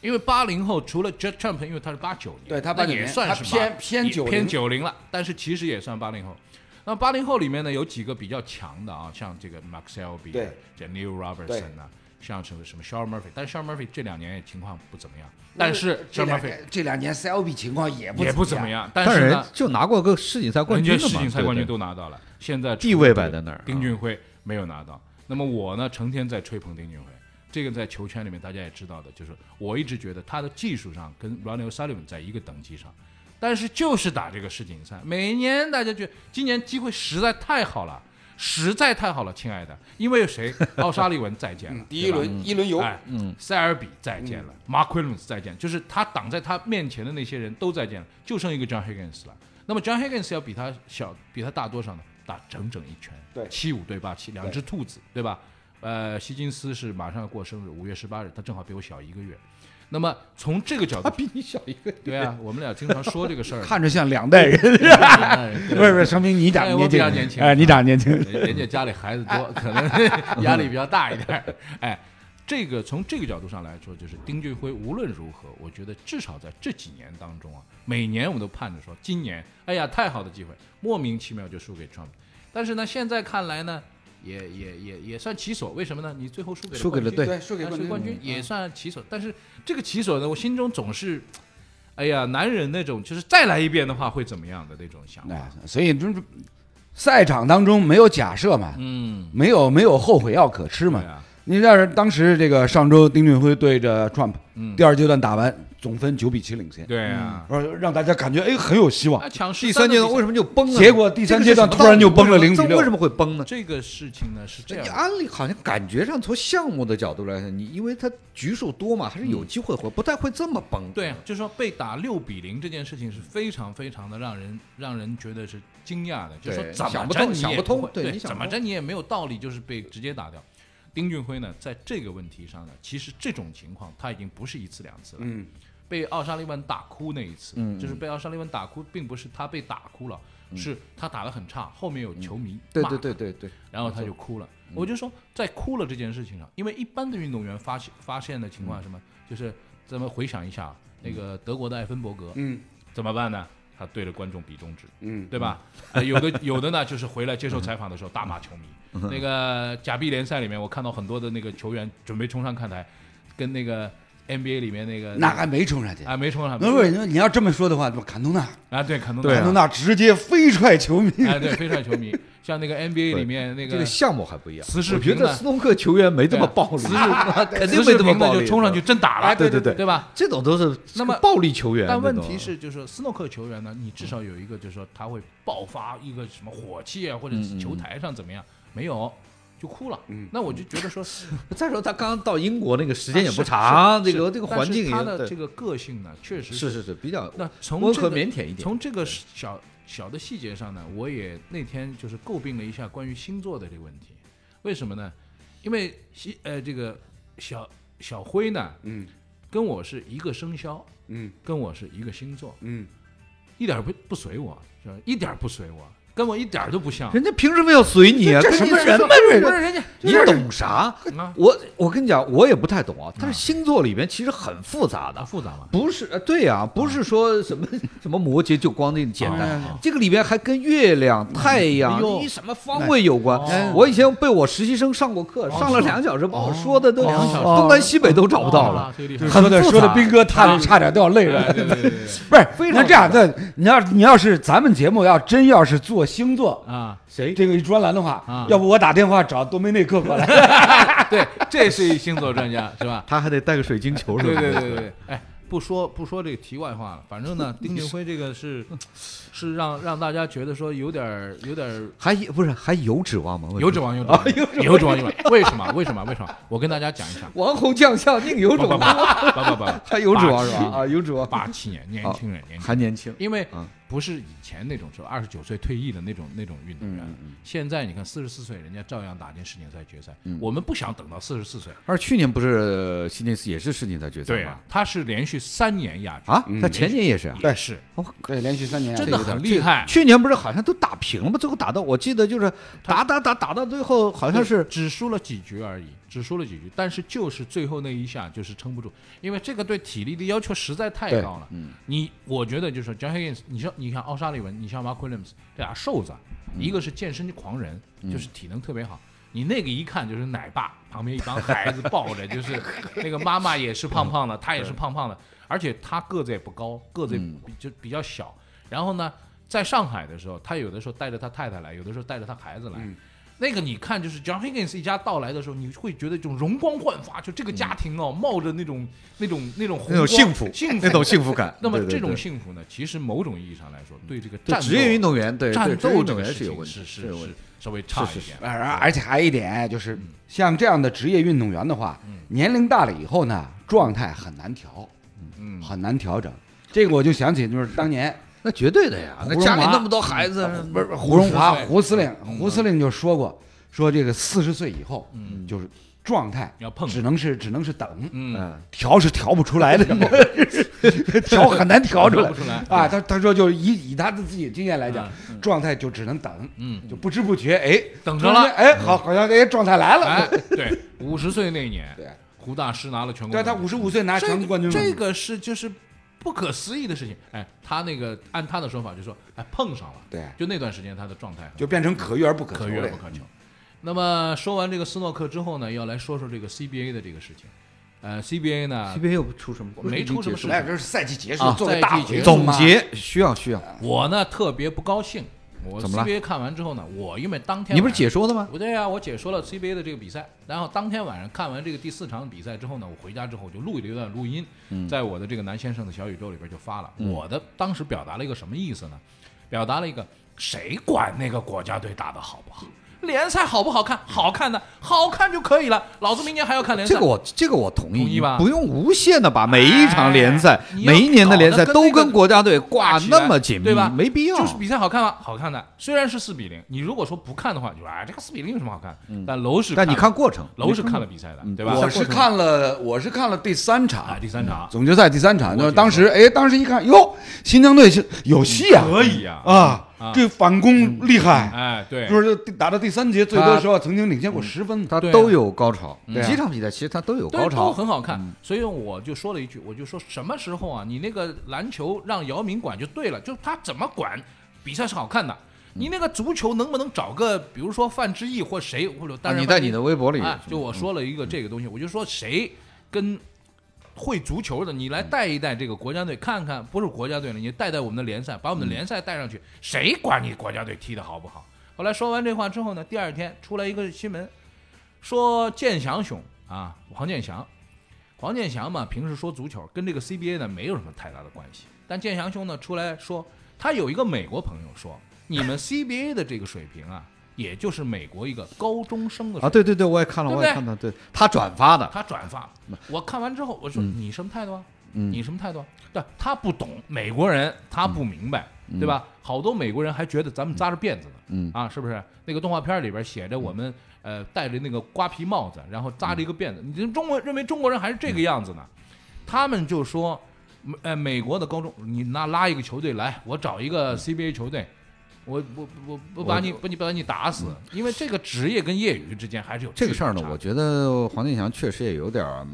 [SPEAKER 1] 因为八零后除了 Jet Trump，因为他是八九年，
[SPEAKER 3] 对他
[SPEAKER 1] 那
[SPEAKER 3] 89
[SPEAKER 1] 也
[SPEAKER 3] 年
[SPEAKER 1] 算
[SPEAKER 3] 他
[SPEAKER 1] 是
[SPEAKER 3] 偏
[SPEAKER 1] 八
[SPEAKER 3] 偏
[SPEAKER 1] 也
[SPEAKER 3] 90
[SPEAKER 1] 偏九零了，但是其实也算八零后。那八零后里面呢，有几个比较强的啊，像这个 Max Elby，
[SPEAKER 3] 对，
[SPEAKER 1] 这 Neil
[SPEAKER 3] 对
[SPEAKER 1] Robertson 啊，像什么什么 s h a w Murphy，但是 s h a w Murphy 这两年也情况不怎么样，但是 s h a
[SPEAKER 3] 这
[SPEAKER 1] w
[SPEAKER 3] 两
[SPEAKER 1] Murphy
[SPEAKER 3] 这两年 CLB 情况也不
[SPEAKER 1] 也不怎么
[SPEAKER 3] 样。
[SPEAKER 1] 样，
[SPEAKER 2] 但
[SPEAKER 1] 是
[SPEAKER 2] 人
[SPEAKER 1] 呢，
[SPEAKER 2] 就拿过个世锦赛冠
[SPEAKER 1] 人
[SPEAKER 2] 军
[SPEAKER 1] 家
[SPEAKER 2] 的
[SPEAKER 1] 世
[SPEAKER 2] 嘛，
[SPEAKER 1] 锦赛
[SPEAKER 2] 对
[SPEAKER 1] 冠军
[SPEAKER 2] 对
[SPEAKER 1] 都拿到了，现在
[SPEAKER 2] 地位摆在那儿。
[SPEAKER 1] 丁
[SPEAKER 2] 啊
[SPEAKER 1] 俊晖没有拿到。那么我呢，成天在吹捧丁俊晖，这个在球圈里面大家也知道的，就是我一直觉得他的技术上跟 Ronnie O'Sullivan 在一个等级上，但是就是打这个世锦赛，每年大家觉得今年机会实在太好了，实在太好了，亲爱的，因为 谁？奥沙利文再见了，
[SPEAKER 3] 第一
[SPEAKER 1] 对吧。
[SPEAKER 3] 轮一轮游，
[SPEAKER 1] 哎，嗯，塞尔比再见了、马 m a r Williams 再见，就是他挡在他面前的那些人都再见了，就剩一个 John Higgins 了。那么 John Higgins 要比他小，比他大多少呢？打整整一圈，
[SPEAKER 3] 对
[SPEAKER 1] 七五对八七，两只兔子，对吧？呃，希金斯是马上要过生日，五月十八日，他正好比我小一个月。那么从这个角度，
[SPEAKER 2] 比你小一个，
[SPEAKER 1] 对啊，我们俩经常说这个事儿，
[SPEAKER 3] 看着像两代人。
[SPEAKER 4] 不是不是，声明你长
[SPEAKER 1] 哎
[SPEAKER 4] 得
[SPEAKER 1] 我
[SPEAKER 4] 年
[SPEAKER 1] 比
[SPEAKER 4] 轻，
[SPEAKER 1] 较年轻
[SPEAKER 4] 哎，你长得年轻，
[SPEAKER 1] 人家家里孩子
[SPEAKER 3] 哎
[SPEAKER 1] 多，可 能压力比较大一点儿。哎，这个从这个角度上来说，就是丁俊晖无论如何，我觉得至少在这几年当中啊，每年我们都盼着说，今年哎呀太好的机会，莫名其妙就输给 Trump。但是呢，现在看来呢，也也也也算其所。为什么呢？你最后输给了
[SPEAKER 2] 输给了
[SPEAKER 1] 冠军
[SPEAKER 2] 对
[SPEAKER 3] 对，输给
[SPEAKER 1] 啊所
[SPEAKER 3] 冠
[SPEAKER 1] 以
[SPEAKER 3] 军，嗯
[SPEAKER 1] 冠军也算其所。但是这个其所呢，我心中总是，哎呀，男人那种就是再来一遍的话会怎么样的那种想法。
[SPEAKER 3] 哎，所以就是赛场当中没有假设嘛，
[SPEAKER 1] 嗯，
[SPEAKER 3] 没有没有后悔药可吃嘛
[SPEAKER 1] 对。啊，
[SPEAKER 3] 你要是当时这个上周丁俊晖对着 Trump，
[SPEAKER 1] 嗯
[SPEAKER 3] 第二阶段打完总分九比七领先，
[SPEAKER 1] 对啊。
[SPEAKER 3] 然后让大家感觉哎很有希望
[SPEAKER 1] 啊，。抢十
[SPEAKER 2] 第三阶段为
[SPEAKER 1] 什
[SPEAKER 2] 什么就崩了呢？
[SPEAKER 3] 结果第三阶段突然就崩了
[SPEAKER 2] 这
[SPEAKER 3] 零
[SPEAKER 2] 个
[SPEAKER 3] 比
[SPEAKER 2] 是什么道理这
[SPEAKER 3] 六
[SPEAKER 2] 为什，么会崩呢？
[SPEAKER 1] 这个事情呢是这
[SPEAKER 2] 这
[SPEAKER 1] 样
[SPEAKER 2] 你
[SPEAKER 1] 的，
[SPEAKER 2] 按理好像感觉上从项目的角度来看，你因为它局数多嘛，还是有机会回，不太会这么崩。
[SPEAKER 1] 对啊，就是说被打六比零这件事情是非常非常的让人让人觉得是惊讶的，就是说
[SPEAKER 2] 对
[SPEAKER 1] 怎么
[SPEAKER 2] 想不
[SPEAKER 1] 着
[SPEAKER 2] 通
[SPEAKER 1] 你
[SPEAKER 2] 想
[SPEAKER 1] 也
[SPEAKER 2] 不通
[SPEAKER 1] 会
[SPEAKER 2] 对
[SPEAKER 1] 对，
[SPEAKER 2] 你想
[SPEAKER 1] 怎
[SPEAKER 2] 不
[SPEAKER 1] 么
[SPEAKER 2] 通
[SPEAKER 1] 着你也没有道理，就是被直接打掉。丁俊晖呢，在这个问题上呢，其实这种情况他已经不是一次两次了，
[SPEAKER 3] 嗯，
[SPEAKER 1] 被奥沙利文打哭那一次，
[SPEAKER 2] 嗯
[SPEAKER 1] 就是被奥沙利文打哭，并不是他被打哭了，是他打得很差，后面有球迷
[SPEAKER 2] 嗯对
[SPEAKER 1] 骂
[SPEAKER 2] 对对
[SPEAKER 1] 他
[SPEAKER 2] 对对，
[SPEAKER 1] 然后他就哭了。我就说，在哭了这件事情上，因为一般的运动员发现发现的情况是什么，就是咱们回想一下那个德国的艾芬伯格，
[SPEAKER 3] 嗯
[SPEAKER 1] 怎么办呢？他对着观众比中指，
[SPEAKER 3] 嗯，
[SPEAKER 1] 对吧？呃有的有的呢，就是回来接受采访的时候大骂球迷。那个假币联赛里面，我看到很多的那个球员准备冲上看台，跟那个 NBA 里面那个
[SPEAKER 3] 那还没冲上去。
[SPEAKER 1] 啊没冲上，
[SPEAKER 3] 那不是你要这么说的话，坎通纳，
[SPEAKER 1] 啊对，可能
[SPEAKER 2] 对啊
[SPEAKER 3] 坎通纳直接飞踹球迷，
[SPEAKER 1] 哎对，非常球迷，像那个 NBA 里面那
[SPEAKER 2] 这个项目还不一样。
[SPEAKER 1] 慈世
[SPEAKER 2] 我觉
[SPEAKER 1] 平呢
[SPEAKER 2] 得斯诺克球员没这么暴力，肯定没
[SPEAKER 1] 没
[SPEAKER 2] 这么暴
[SPEAKER 1] 就
[SPEAKER 2] 力，
[SPEAKER 1] 冲上去真打了，
[SPEAKER 2] 哎对对
[SPEAKER 1] 对，
[SPEAKER 2] 对
[SPEAKER 1] 对吧？
[SPEAKER 2] 这种都是
[SPEAKER 1] 那么
[SPEAKER 2] 暴力球员。
[SPEAKER 1] 但问
[SPEAKER 2] 这种啊
[SPEAKER 1] 题，是，就是说斯诺克球员呢，你至少有一个，就是说他会爆发一个什么火气啊，或者
[SPEAKER 2] 嗯
[SPEAKER 1] 是球台上怎么样？没有，就哭了。那我就觉得说
[SPEAKER 2] 再说他刚刚到英国那个嗯时
[SPEAKER 1] 时
[SPEAKER 2] 间也不长，这个这个
[SPEAKER 1] 但
[SPEAKER 2] 环
[SPEAKER 1] 是
[SPEAKER 2] 境也
[SPEAKER 1] 他的
[SPEAKER 2] 对
[SPEAKER 1] 这个个性呢，确实
[SPEAKER 2] 是是是比较
[SPEAKER 1] 那从
[SPEAKER 2] 温
[SPEAKER 1] 这
[SPEAKER 2] 和
[SPEAKER 1] 个
[SPEAKER 2] 腼腆一点。
[SPEAKER 1] 从这个小小的细节上呢，我也那天就是诟病了一下关于星座的这个问题。为什么呢？因为西呃这个小小辉呢，
[SPEAKER 3] 嗯，
[SPEAKER 1] 跟我是一个生肖，
[SPEAKER 3] 嗯
[SPEAKER 1] 跟我是一个星座，
[SPEAKER 3] 嗯，
[SPEAKER 1] 一点儿不不随我，就是一点儿不随我，跟我一点儿都不像。
[SPEAKER 2] 人家凭什么要随你啊？
[SPEAKER 3] 这
[SPEAKER 2] 跟
[SPEAKER 3] 什
[SPEAKER 2] 你
[SPEAKER 3] 么人嘛
[SPEAKER 2] 嘛？这
[SPEAKER 1] 不
[SPEAKER 2] 是
[SPEAKER 1] 是人家
[SPEAKER 2] 你懂啥？
[SPEAKER 1] 啊
[SPEAKER 2] 我我跟你讲，我也不太懂啊。但是星座里面其实很复杂
[SPEAKER 1] 嗯啊
[SPEAKER 2] 的，
[SPEAKER 1] 复杂吗？
[SPEAKER 2] 不是？呃对呀、不是说什么 什么摩羯就光那简单
[SPEAKER 1] 啊，
[SPEAKER 2] 这个里面还跟月亮、太阳
[SPEAKER 1] 哎、呦
[SPEAKER 2] 你什么方位有关
[SPEAKER 1] 哦。
[SPEAKER 2] 我以前被我实习生上过课，上
[SPEAKER 1] 是吗
[SPEAKER 2] 了两个小时，把我说的都
[SPEAKER 1] 两小时
[SPEAKER 2] 东南西北都找不到了。
[SPEAKER 1] 啊，这个地
[SPEAKER 3] 就
[SPEAKER 1] 方
[SPEAKER 3] 是说的
[SPEAKER 2] 很复
[SPEAKER 3] 说的
[SPEAKER 2] 杂
[SPEAKER 3] 斌哥差点差点都要累
[SPEAKER 1] 哎
[SPEAKER 3] 了。
[SPEAKER 1] 对对对对对
[SPEAKER 3] 不是，
[SPEAKER 2] 非
[SPEAKER 3] 那
[SPEAKER 2] 常
[SPEAKER 3] 这样，那你要你要是咱们节目要真要是做星座
[SPEAKER 1] 啊，
[SPEAKER 3] 谁这个一专栏的话，
[SPEAKER 1] 啊
[SPEAKER 3] 要不我打电话找多梅内克过来。
[SPEAKER 1] 对，这是一星座专家是吧？
[SPEAKER 2] 他还得带个水晶球，是
[SPEAKER 1] 对
[SPEAKER 2] 吧？
[SPEAKER 1] 对对对对，哎，不说不说这个题外话了，反正呢，丁俊晖这个是是让让大家觉得说有点儿有点儿
[SPEAKER 2] 还有不是还有指望吗？，
[SPEAKER 1] 有指望有指望有指望有指望，为什么为什么为什么？我跟大家讲一讲
[SPEAKER 2] 王侯将相宁有
[SPEAKER 1] 不
[SPEAKER 2] 种
[SPEAKER 1] 不不不
[SPEAKER 2] 乎？
[SPEAKER 1] 不不不，
[SPEAKER 2] 还有指望是吧？
[SPEAKER 1] 八七
[SPEAKER 2] 啊，有指望，
[SPEAKER 1] 八七年年轻人年轻人
[SPEAKER 2] 还年轻。
[SPEAKER 1] 因为
[SPEAKER 2] 嗯
[SPEAKER 1] 不是以前那种时候二十九岁退役的那种那种运
[SPEAKER 2] 嗯
[SPEAKER 1] 动员，现在你看四十四岁，人家照样打进世锦赛决赛。
[SPEAKER 2] 嗯
[SPEAKER 1] 我们不想等到四十四岁，
[SPEAKER 2] 而去年不是呃希内斯也是世锦赛决赛
[SPEAKER 1] 啊
[SPEAKER 2] 吗？，
[SPEAKER 1] 他是连续三年亚军
[SPEAKER 2] 啊，他前年也是啊。
[SPEAKER 1] 也是
[SPEAKER 3] 对，连续三年啊
[SPEAKER 1] 真的很厉害。
[SPEAKER 2] 去年不是好像都打平了吗？最后打到我记得就是打打打打到最后好像是
[SPEAKER 1] 只输了几局而已，只输了几局，但是就是最后那一下就是撑不住，因为这个对体力的要求实在太高了。嗯，你我觉得就是 John Higgins，你像你看奥沙利文，你像 Mark Williams 这俩瘦子，啊
[SPEAKER 2] 嗯
[SPEAKER 1] 一个是健身狂人，就是体能特别好。你那个一看就是奶爸，旁边一帮孩子抱 着，就是那个妈妈也是胖胖的，
[SPEAKER 2] 嗯
[SPEAKER 1] 他也是胖胖的，而且他个子也不高，个子也比就比较小。然后呢，在上海的时候，他有的时候带着他太太来，有的时候带着他孩子来。
[SPEAKER 2] 嗯
[SPEAKER 1] 那个你看，就是 John Higgins 一家到来的时候，你会觉得一种容光焕发，就这个家庭哦，冒着那种那种那种红
[SPEAKER 2] 嗯那种
[SPEAKER 1] 光
[SPEAKER 2] 幸福
[SPEAKER 1] 幸福
[SPEAKER 2] 那种幸福感。
[SPEAKER 1] 那么
[SPEAKER 2] 对对
[SPEAKER 1] 这种
[SPEAKER 2] 对
[SPEAKER 1] 幸福呢，其实某种意义上来说，对这个
[SPEAKER 2] 对
[SPEAKER 1] 战
[SPEAKER 2] 职业运
[SPEAKER 1] 斗
[SPEAKER 2] 动员对对
[SPEAKER 1] 战
[SPEAKER 2] 职业
[SPEAKER 1] 斗
[SPEAKER 2] 运
[SPEAKER 1] 这
[SPEAKER 2] 动
[SPEAKER 1] 个
[SPEAKER 2] 员
[SPEAKER 1] 事
[SPEAKER 2] 是有
[SPEAKER 1] 情
[SPEAKER 2] 问题，
[SPEAKER 1] 是
[SPEAKER 2] 是
[SPEAKER 1] 是
[SPEAKER 2] 有问题
[SPEAKER 1] 是稍微差一
[SPEAKER 2] 是是
[SPEAKER 1] 点。
[SPEAKER 3] 而而且还有一点就是，像这样的职业运动员的话，年龄大了以后呢，状态很难调，
[SPEAKER 1] 嗯，
[SPEAKER 3] 很难调整。这个我就想起就是当年
[SPEAKER 2] 那绝对的呀，那
[SPEAKER 3] 胡
[SPEAKER 2] 家里
[SPEAKER 3] 荣华
[SPEAKER 2] 那么多孩子，
[SPEAKER 3] 不是胡荣
[SPEAKER 1] 50
[SPEAKER 3] 华
[SPEAKER 1] 岁
[SPEAKER 3] 胡司令，胡司令就说过，说这个四十岁以后，就是状态
[SPEAKER 1] 要碰
[SPEAKER 3] 只能是只能是等，
[SPEAKER 1] 嗯，
[SPEAKER 2] 嗯，
[SPEAKER 3] 调是调不出来的， 调很难调 出来
[SPEAKER 1] 调不出来
[SPEAKER 3] 啊。他他说就是以以他的自己经验来讲，状态就只能等，
[SPEAKER 1] 嗯，
[SPEAKER 3] 就不知不觉哎
[SPEAKER 1] 等着了嗯
[SPEAKER 3] 哎好好像哎状态来了，
[SPEAKER 1] 哎，对，五十岁那年，
[SPEAKER 3] 对
[SPEAKER 1] 胡大师拿了全国
[SPEAKER 3] 对
[SPEAKER 2] 啊
[SPEAKER 1] 冠军，
[SPEAKER 3] 他五十五岁拿
[SPEAKER 1] 这
[SPEAKER 3] 全
[SPEAKER 1] 个
[SPEAKER 3] 国冠军了
[SPEAKER 1] 这个是就是不可思议的事情。哎，他那个按他的说法就说，哎，碰上了，
[SPEAKER 3] 对
[SPEAKER 1] 就那段时间他的状态很
[SPEAKER 3] 就变成可遇而不可求
[SPEAKER 1] 可遇而
[SPEAKER 3] 了
[SPEAKER 1] 不。可求。那么说完这个斯诺克之后呢，要来说说这个 CBA 的这个事情。呃，CBA 呢
[SPEAKER 2] CBA 又出什么国
[SPEAKER 1] 没出什么事
[SPEAKER 3] 哎，这是赛季结束
[SPEAKER 2] 啊
[SPEAKER 3] 作为大
[SPEAKER 1] 赛季
[SPEAKER 3] 回
[SPEAKER 1] 结
[SPEAKER 3] 顾
[SPEAKER 1] 束
[SPEAKER 2] 总
[SPEAKER 3] 嘛，
[SPEAKER 2] 结需要需要，
[SPEAKER 1] 我呢特别不高兴。我
[SPEAKER 2] 怎么了
[SPEAKER 1] CBA 看完之后呢，我因为当天
[SPEAKER 2] 你不是
[SPEAKER 1] 晚上
[SPEAKER 2] 解说的吗？
[SPEAKER 1] 不对啊，我解说了 CBA 的这个比赛，然后当天晚上看完这个第四场比赛之后呢，我回家之后我就录了一段录音，
[SPEAKER 2] 嗯
[SPEAKER 1] 在我的这个南先生的小宇宙里边就发了。我的当时表达了一个什么意思呢？表达了一个谁管那个国家队打得好不好？联赛好不好看？好看的，好看就可以了。老子明年还要看联赛。
[SPEAKER 2] 这个我这个我同意，
[SPEAKER 1] 同意吧
[SPEAKER 2] 你不用无限的把每一场联赛、
[SPEAKER 1] 哎你要
[SPEAKER 2] 每一年的联赛
[SPEAKER 1] 搞得跟那
[SPEAKER 2] 都
[SPEAKER 1] 个
[SPEAKER 2] 跟国家队挂
[SPEAKER 1] 挂起来
[SPEAKER 2] 那么紧密，
[SPEAKER 1] 对吧
[SPEAKER 2] 没必要。
[SPEAKER 1] 就是比赛好看吗？好看的，虽然是四比零，你如果说不看的话，你说啊，这个四比零有什么好看？但楼是，
[SPEAKER 2] 嗯但你看，嗯过程，
[SPEAKER 1] 楼是看了比赛的，对吧？
[SPEAKER 3] 我是看了我是看了第三
[SPEAKER 1] 啊
[SPEAKER 3] 场，
[SPEAKER 1] 第三场
[SPEAKER 3] 哎总决赛第三场，就是当时哎，当时一看，哟，新疆队是有戏啊，
[SPEAKER 1] 可以啊，
[SPEAKER 3] 啊
[SPEAKER 1] 啊，
[SPEAKER 3] 这反攻厉害，
[SPEAKER 1] 哎，对，
[SPEAKER 3] 就是打到第三节最多的时候曾经领先过十分，
[SPEAKER 2] 它
[SPEAKER 1] 对啊嗯
[SPEAKER 2] 都有高潮，
[SPEAKER 3] 对啊
[SPEAKER 2] 几场比赛其实它都有
[SPEAKER 1] 对
[SPEAKER 2] 高
[SPEAKER 1] 都
[SPEAKER 2] 潮。啊嗯
[SPEAKER 1] 很好看。所以我就说了一句，我就说什么时候啊，你那个篮球让姚明管就对了，就他怎么管，比赛是好看的。
[SPEAKER 2] 嗯
[SPEAKER 1] 你那个足球能不能找个，比如说范志毅或谁，或者当
[SPEAKER 2] 啊
[SPEAKER 1] 然
[SPEAKER 2] 你
[SPEAKER 1] 范
[SPEAKER 2] 在
[SPEAKER 1] 志毅
[SPEAKER 2] 你的微博里
[SPEAKER 1] 哎，就我说了一个这个东西，我就说谁跟会足球的，你来带一带这个国家队看看，不是国家队了，你带带我们的联赛，把我们的联赛带上去，谁管你国家队踢得好不好？后来说完这话之后呢，第二天出来一个新闻，说建翔兄啊，黄健翔，黄健翔嘛，平时说足球跟这个 CBA 呢没有什么太大的关系，但建翔兄呢出来说，他有一个美国朋友说，你们 CBA 的这个水平啊，也就是美国一个高中生的水平
[SPEAKER 2] 啊，对对对，我也看了，
[SPEAKER 1] 对不
[SPEAKER 2] 我
[SPEAKER 1] 对
[SPEAKER 2] 也看到，对他转发的，
[SPEAKER 1] 他转发，
[SPEAKER 2] 嗯
[SPEAKER 1] 我看完之后我说你什么态度啊？你什么态度啊？对他不懂美国人，他
[SPEAKER 2] 嗯
[SPEAKER 1] 不明白，对吧？好多美国人还觉得咱们扎着辫子呢，
[SPEAKER 2] 嗯
[SPEAKER 1] 啊，是不是？那个动画片里边写着我们呃戴着那个瓜皮
[SPEAKER 2] 嗯
[SPEAKER 1] 帽子，然后扎着一个辫子，你这中国认为中国人还是这个样子呢？他们就说美呃美国的高中，你拿拉一个球队来，我找一
[SPEAKER 2] 嗯
[SPEAKER 1] 个 CBA 球队。我我我不把你不你把你打死，因为这个职业跟业余之间还是有
[SPEAKER 2] 嗯
[SPEAKER 1] 啊
[SPEAKER 2] 这个事儿呢
[SPEAKER 1] 质，的
[SPEAKER 2] 我
[SPEAKER 1] 差
[SPEAKER 2] 觉得黄健翔确实也有点儿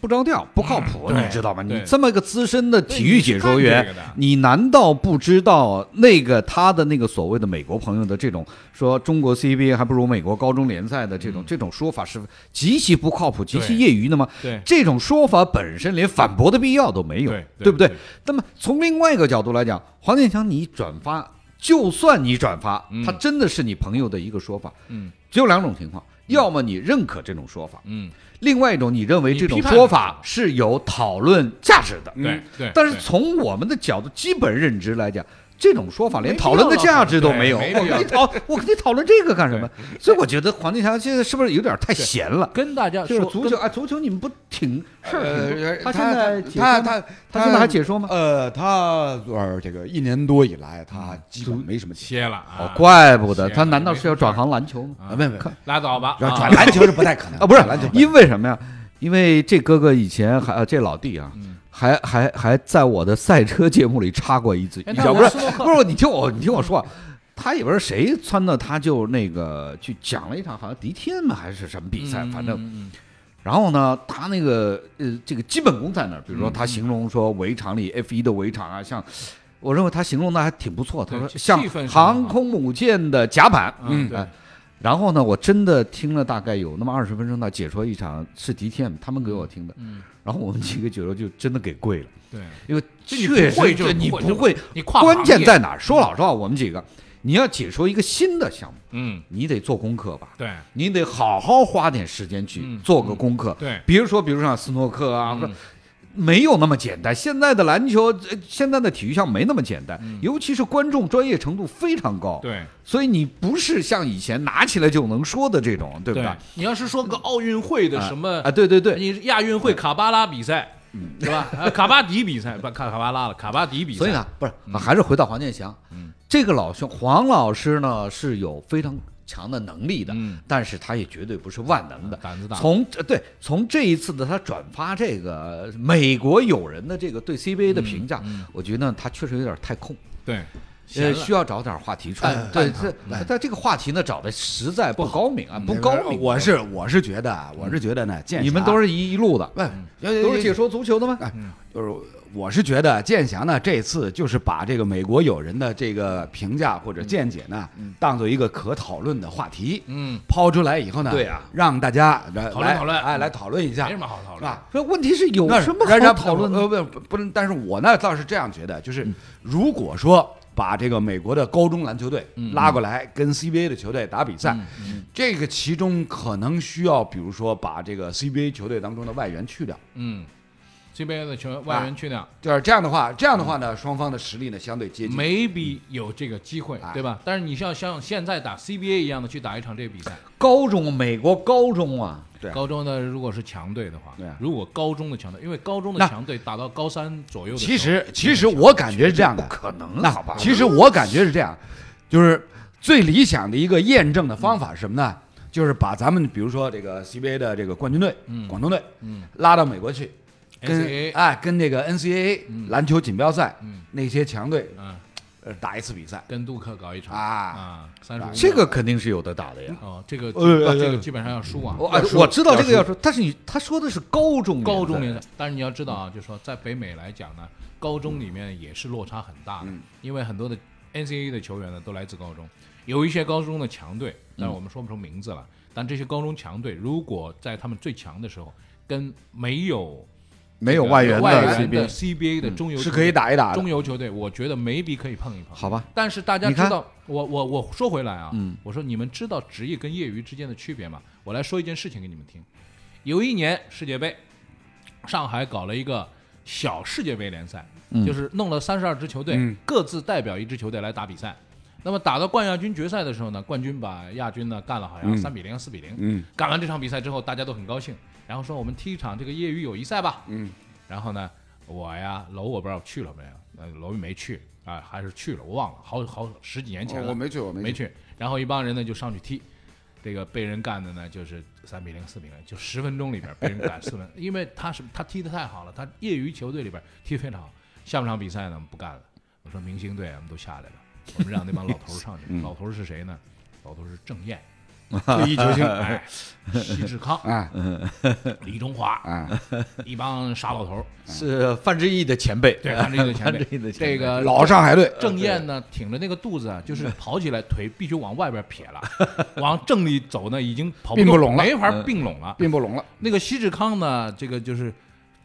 [SPEAKER 2] 不着调、不靠谱，
[SPEAKER 1] 嗯对
[SPEAKER 2] 你知道吗？
[SPEAKER 1] 对
[SPEAKER 2] 你这么一个资深的体育解
[SPEAKER 1] 对
[SPEAKER 2] 说
[SPEAKER 1] 你是干这个
[SPEAKER 2] 员
[SPEAKER 1] 的，
[SPEAKER 2] 你难道不知道那个他的那个所谓的美国朋友的这种说中国 CBA 还不如美国高中联赛的这种、这种说法是极其不靠谱、极其
[SPEAKER 1] 嗯对
[SPEAKER 2] 业余的吗？
[SPEAKER 1] 对
[SPEAKER 2] 这种说法本身连反驳的必要都没有，
[SPEAKER 1] 对对
[SPEAKER 2] 不对
[SPEAKER 1] 对？
[SPEAKER 2] 那么从另外一个角度来讲，黄健翔你转发，就算你转发，
[SPEAKER 1] 嗯
[SPEAKER 2] 他真的是你朋友的一个说法，
[SPEAKER 1] 嗯
[SPEAKER 2] 只有两种情况，要么你认可这种说法，
[SPEAKER 1] 嗯，
[SPEAKER 2] 另外一种你认为
[SPEAKER 1] 你
[SPEAKER 2] 这种
[SPEAKER 1] 批判
[SPEAKER 2] 说
[SPEAKER 1] 的嗯
[SPEAKER 2] 法是有讨论价值的。
[SPEAKER 1] 对对。
[SPEAKER 2] 但是
[SPEAKER 1] 对
[SPEAKER 2] 从我们的角度基本认知来讲，这种说法连讨论的
[SPEAKER 1] 没必要
[SPEAKER 2] 价值都
[SPEAKER 1] 对
[SPEAKER 2] 没有。
[SPEAKER 1] 没
[SPEAKER 2] 我
[SPEAKER 1] 必要
[SPEAKER 2] 跟你讨，我跟你讨论这个干 什么？所以我觉得黄健翔现在是不是有点太闲了？
[SPEAKER 1] 跟大家
[SPEAKER 2] 就
[SPEAKER 1] 说
[SPEAKER 2] 是足
[SPEAKER 1] 跟
[SPEAKER 2] 球啊，足球你们不挺事儿挺多？
[SPEAKER 3] 呃，
[SPEAKER 2] 嗯他现在解
[SPEAKER 3] 他
[SPEAKER 2] 说吗
[SPEAKER 3] 他
[SPEAKER 2] 他现在还解说吗？
[SPEAKER 3] 呃，他呃这个一年多以来，他
[SPEAKER 2] 嗯
[SPEAKER 3] 基本没什么钱，
[SPEAKER 1] 歇了啊，
[SPEAKER 2] 哦，怪不
[SPEAKER 1] 闲
[SPEAKER 2] 得
[SPEAKER 1] 了
[SPEAKER 2] 他难道
[SPEAKER 1] 没
[SPEAKER 2] 是要
[SPEAKER 1] 事儿
[SPEAKER 2] 转行篮球吗？
[SPEAKER 1] 啊
[SPEAKER 3] 啊，没没，
[SPEAKER 2] 看
[SPEAKER 1] 拉倒吧，
[SPEAKER 3] 转
[SPEAKER 1] 啊
[SPEAKER 3] 转篮球是不太可能
[SPEAKER 2] 嗯啊，不是
[SPEAKER 3] 转篮球，
[SPEAKER 2] 因为什么呀？因为这哥哥以前还啊这老弟啊，
[SPEAKER 1] 嗯
[SPEAKER 2] 还还还在我的赛车节目里插过一次
[SPEAKER 1] 哎
[SPEAKER 2] 一
[SPEAKER 1] 那
[SPEAKER 2] 脚，
[SPEAKER 1] 我
[SPEAKER 2] 不是
[SPEAKER 1] 斯诺克
[SPEAKER 2] 不是，你听我你听我说啊，他也不知道谁撺掇他就那个去讲了一场好像迪天嘛还是什么比赛，反正
[SPEAKER 1] 嗯嗯
[SPEAKER 2] 然后呢，他那个呃这个基本功在那儿，比如
[SPEAKER 1] 嗯
[SPEAKER 2] 说他形容说围场里 F 一的围场啊，像我认为他形容的还挺不错，他
[SPEAKER 1] 对
[SPEAKER 2] 说
[SPEAKER 1] 气
[SPEAKER 2] 像
[SPEAKER 1] 气氛是很
[SPEAKER 2] 航
[SPEAKER 1] 好
[SPEAKER 2] 空母舰的甲板，
[SPEAKER 1] 嗯对
[SPEAKER 2] 哎然后呢，我真的听了大概有那么二十分钟到解说一场是 DTM 他们给我听的，
[SPEAKER 1] 嗯
[SPEAKER 2] 然后我们几个解说就真的给跪了，
[SPEAKER 1] 对，
[SPEAKER 2] 因为
[SPEAKER 1] 这你
[SPEAKER 2] 确
[SPEAKER 1] 不会
[SPEAKER 2] 实
[SPEAKER 1] 就
[SPEAKER 2] 这
[SPEAKER 1] 是
[SPEAKER 2] 你
[SPEAKER 1] 不会
[SPEAKER 2] 不会，
[SPEAKER 1] 你跨行
[SPEAKER 2] 关键
[SPEAKER 1] 业
[SPEAKER 2] 在哪儿？说老实话，我们几个，你要解说一个新的项目，
[SPEAKER 1] 嗯
[SPEAKER 2] 你得做功课吧，
[SPEAKER 1] 对
[SPEAKER 2] 你得好好花点时间去
[SPEAKER 1] 嗯
[SPEAKER 2] 做个功课。
[SPEAKER 1] 对
[SPEAKER 2] 比如说，比如像斯诺克啊，或者
[SPEAKER 1] 嗯
[SPEAKER 2] 没有那么简单。现在的篮球，呃现在的体育项目没那么简单，
[SPEAKER 1] 嗯
[SPEAKER 2] 尤其是观众专业程度非常高。
[SPEAKER 1] 对
[SPEAKER 2] 所以你不是像以前拿起来就能说的这种，对不对？
[SPEAKER 1] 对，你要是说个奥运会的
[SPEAKER 2] 啊
[SPEAKER 1] 什么
[SPEAKER 2] 啊？对对对。
[SPEAKER 1] 你亚运会卡巴拉比赛是吧？啊卡巴迪比赛不卡卡巴拉了，卡巴迪比赛。
[SPEAKER 2] 所以呢，不是、啊还是回到黄健翔，
[SPEAKER 1] 嗯
[SPEAKER 2] 这个老兄黄老师呢是有非常强的能力的，
[SPEAKER 1] 嗯
[SPEAKER 2] 但是他也绝对不是万能的。
[SPEAKER 1] 胆子大，
[SPEAKER 2] 从呃对从这一次的他转发这个呃美国友人的这个对 CBA 的评价，
[SPEAKER 1] 嗯嗯
[SPEAKER 2] 我觉得呢他确实有点太空，
[SPEAKER 1] 对，
[SPEAKER 2] 呃，
[SPEAKER 1] 闲了
[SPEAKER 2] 需要找点话题出来。
[SPEAKER 3] 哎
[SPEAKER 2] 对，这他他这个话题呢找的实在不高明啊，不高明。
[SPEAKER 3] 我是我是觉得啊，我是觉得呢，健
[SPEAKER 2] 你们
[SPEAKER 3] 翔
[SPEAKER 2] 都是一一路的，
[SPEAKER 3] 喂，
[SPEAKER 2] 都
[SPEAKER 3] 都
[SPEAKER 2] 是解说足球的吗？
[SPEAKER 3] 哎，就是我是觉得建翔呢，这次就是把这个美国友人的这个评价或
[SPEAKER 2] 嗯
[SPEAKER 3] 者见解呢，当做一个可讨论的话题，
[SPEAKER 1] 嗯，
[SPEAKER 3] 抛出来以后呢，
[SPEAKER 2] 对啊
[SPEAKER 3] 让大家来
[SPEAKER 1] 讨论
[SPEAKER 3] 来
[SPEAKER 1] 讨论
[SPEAKER 3] 哎，来
[SPEAKER 2] 嗯
[SPEAKER 3] 讨论一下
[SPEAKER 1] 没什，么好讨论
[SPEAKER 3] 是吧？？
[SPEAKER 2] 那问题是啊有
[SPEAKER 3] 那
[SPEAKER 2] 什么
[SPEAKER 3] 然
[SPEAKER 2] 好
[SPEAKER 3] 然
[SPEAKER 2] 讨论的？嗯
[SPEAKER 3] 呃不不能，但是我呢倒是这样觉得，就是如果说把这个美国的高中篮球队
[SPEAKER 2] 嗯
[SPEAKER 3] 拉过来跟 CBA 的球队打比
[SPEAKER 1] 嗯
[SPEAKER 3] 赛，这个其中可能需要，比如说把这个 CBA 球队当中的外援去掉。
[SPEAKER 1] 嗯，这边的球外
[SPEAKER 2] 啊
[SPEAKER 1] 援去掉
[SPEAKER 3] 就是这样的话，这样的话呢，双方的实力呢相对接近。哎
[SPEAKER 1] ，maybe 有这个机会，对吧？但是你像像现在打 CBA 一样的去打一场这个比赛，
[SPEAKER 2] 高中美国高中啊，
[SPEAKER 3] 对
[SPEAKER 1] 高中的如果是强队的话
[SPEAKER 3] 对啊，
[SPEAKER 1] 如果高中的强队，因为高中的
[SPEAKER 3] 那
[SPEAKER 1] 强队打到高三左右的时候，
[SPEAKER 3] 其实，其实我感觉是这样的，
[SPEAKER 2] 可能啊
[SPEAKER 3] 那
[SPEAKER 2] 哎好吧？
[SPEAKER 3] 其实我感觉是这样，就是最理想的一个验证的方法是什么呢？就是把咱们比如说这个 CBA 的这个冠军队，
[SPEAKER 1] 嗯
[SPEAKER 3] 广东队，
[SPEAKER 1] 嗯
[SPEAKER 3] 拉到美国去，跟
[SPEAKER 1] NCAA
[SPEAKER 3] 哎跟那个 NCAA、篮球锦标赛、
[SPEAKER 1] 嗯
[SPEAKER 3] 那些强队
[SPEAKER 1] 嗯，
[SPEAKER 3] 呃打一次比赛
[SPEAKER 1] 跟杜克搞一场
[SPEAKER 3] 啊。
[SPEAKER 1] 啊，三十
[SPEAKER 2] 这个肯定是有的打的呀。
[SPEAKER 1] 哦，这个
[SPEAKER 3] 呃
[SPEAKER 1] 这个基本上要输啊，
[SPEAKER 2] 我啊我知道这个要说，但是你他说的是高中
[SPEAKER 1] 高中联
[SPEAKER 2] 联
[SPEAKER 1] 赛，但是你要知道啊，就是说在北美来讲呢，高中里面也是落差很大的，因为很多的 NCAA 的球员呢都来自高中，有一些高中的强队，但是我们说不出名字了。但这些高中强队如果在他们最强的时候跟没有
[SPEAKER 2] 没有外援
[SPEAKER 1] 外
[SPEAKER 2] 的
[SPEAKER 1] 援的
[SPEAKER 2] CBA，
[SPEAKER 1] CBA 的中游
[SPEAKER 3] 嗯是
[SPEAKER 1] 球
[SPEAKER 3] 可以
[SPEAKER 1] 队
[SPEAKER 3] 打一打的
[SPEAKER 1] 中，游球队，我觉得 maybe 可以碰一碰。
[SPEAKER 2] 哎好吧？
[SPEAKER 1] 啊但是大家
[SPEAKER 2] 你
[SPEAKER 1] 知
[SPEAKER 2] 看嗯
[SPEAKER 1] 道，我我我说回来啊，我说你们知道职业跟业余之间的区别吗？我来说一件事情给你们听。有一年世界杯，上海搞了一个小世界杯联赛，
[SPEAKER 2] 嗯
[SPEAKER 1] 就是弄了三十二支球队，各自代表一支球队来打比赛。那么打到冠亚军决赛的时候呢，冠军把亚军呢干了好像三比零、四比零。
[SPEAKER 3] 嗯，
[SPEAKER 1] 干完这场比赛之后，大家都很高兴，然后说我们踢一场这个业余友谊赛吧。嗯，然后呢，我呀楼我不知道去了没有，呃楼没去啊、哦还是去了我忘了，好好十几年前了。
[SPEAKER 3] 去，我
[SPEAKER 1] 没去。然后一帮人呢就上去踢，这个被人干的呢，就是三比零、四比零，就十分钟里边被人干四分，因为他是他踢得太好了，他业余球队里边踢得非常好。下半场比赛呢，我们不干了，我说明星队啊我们都下来了，我们让那帮老头儿上去。老头儿是谁呢？老头儿是郑燕，
[SPEAKER 3] 退役球星，
[SPEAKER 1] 哎，徐志康、
[SPEAKER 3] 哎
[SPEAKER 1] 李中华，
[SPEAKER 3] 哎，
[SPEAKER 1] 一帮傻老头儿，
[SPEAKER 2] 是范志毅的前辈，
[SPEAKER 1] 对，看这个前
[SPEAKER 2] 范志
[SPEAKER 1] 辈
[SPEAKER 2] 毅的前
[SPEAKER 1] 这
[SPEAKER 2] 辈
[SPEAKER 1] 个
[SPEAKER 3] 老上海队，
[SPEAKER 1] 呃郑燕呢，挺着那个肚子
[SPEAKER 3] 呃
[SPEAKER 1] 啊，就是跑起来腿必须往外边撇了， 往正里走呢，已经跑
[SPEAKER 3] 并
[SPEAKER 1] 动
[SPEAKER 3] 不拢了嗯
[SPEAKER 1] 没法并拢了。
[SPEAKER 3] 并不拢了，
[SPEAKER 1] 那个西志康呢，这个就是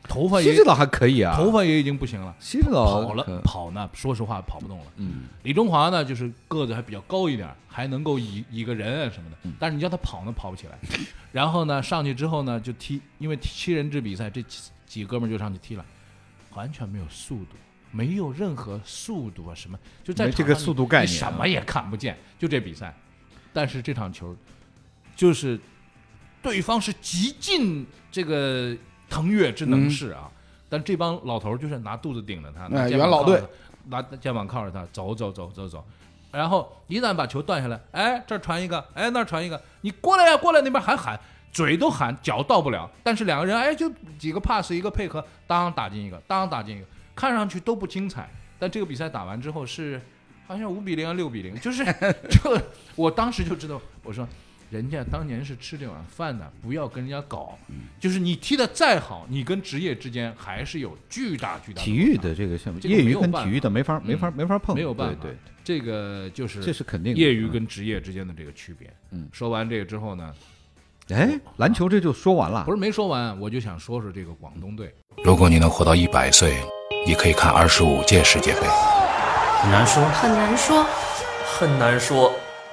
[SPEAKER 1] 头发
[SPEAKER 2] 西
[SPEAKER 1] 也
[SPEAKER 2] 指导还可以啊，
[SPEAKER 1] 头发也已经不行了，
[SPEAKER 2] 西指导
[SPEAKER 1] 跑
[SPEAKER 2] 可
[SPEAKER 1] 了跑呢，说实话跑不动了。嗯，李中华呢，就是个子还比较高一点，还能够以一个人啊什么的，
[SPEAKER 2] 嗯
[SPEAKER 1] 但是你叫他跑呢，跑不起 来。然后呢，上去之后呢，就踢，因为踢七人制比赛，这几几哥们儿就上去踢了，完全没有速度，没有任何速度啊什么，就在
[SPEAKER 2] 没
[SPEAKER 1] 场
[SPEAKER 2] 这个
[SPEAKER 1] 上你
[SPEAKER 2] 速度概念啊
[SPEAKER 1] 你什么也看不见，就这比赛。但是这场球，就是对方是极尽这个腾跃之
[SPEAKER 2] 嗯
[SPEAKER 1] 能事啊。但这帮老头儿就是拿肚子顶着他，拿
[SPEAKER 3] 哎
[SPEAKER 1] 肩膀
[SPEAKER 3] 元老队
[SPEAKER 1] 靠着他，拿肩膀靠着他走走走走走，然后一旦把球断下来，哎，这儿传一个，哎，那儿传一个，你过来呀、过来，那边还喊，嘴都喊，脚到不了，但是两个人哎，就几个 pass 一个配合，当打进一个，当打进一个，看上去都不精彩，但这个比赛打完之后是好像五比零、啊六比零，就是这，我当时就知道，我说。人家当年是吃这碗饭的，不要跟人家搞。
[SPEAKER 5] 嗯
[SPEAKER 1] 就是你踢得再好，你跟职业之间还是有巨大巨大的
[SPEAKER 2] 体
[SPEAKER 1] 落
[SPEAKER 2] 育
[SPEAKER 1] 差
[SPEAKER 2] 的这个项目，
[SPEAKER 1] 这个
[SPEAKER 2] 业
[SPEAKER 1] 没
[SPEAKER 2] 余
[SPEAKER 1] 有
[SPEAKER 2] 跟
[SPEAKER 1] 办
[SPEAKER 2] 体育的没法没法没法碰，
[SPEAKER 1] 没有办法。
[SPEAKER 2] 对，对
[SPEAKER 1] 这个就是
[SPEAKER 2] 这是肯定的
[SPEAKER 1] 业余跟职业之间的这个区别。嗯，说完这个之后呢，
[SPEAKER 2] 哎，篮球这就说完了
[SPEAKER 1] 不，是没说完，我就想说说这个广东队。
[SPEAKER 5] 如果你能活到一百岁，你可以看二十五届世界杯。
[SPEAKER 6] 很难说，
[SPEAKER 7] 很难说。
[SPEAKER 6] 很难说，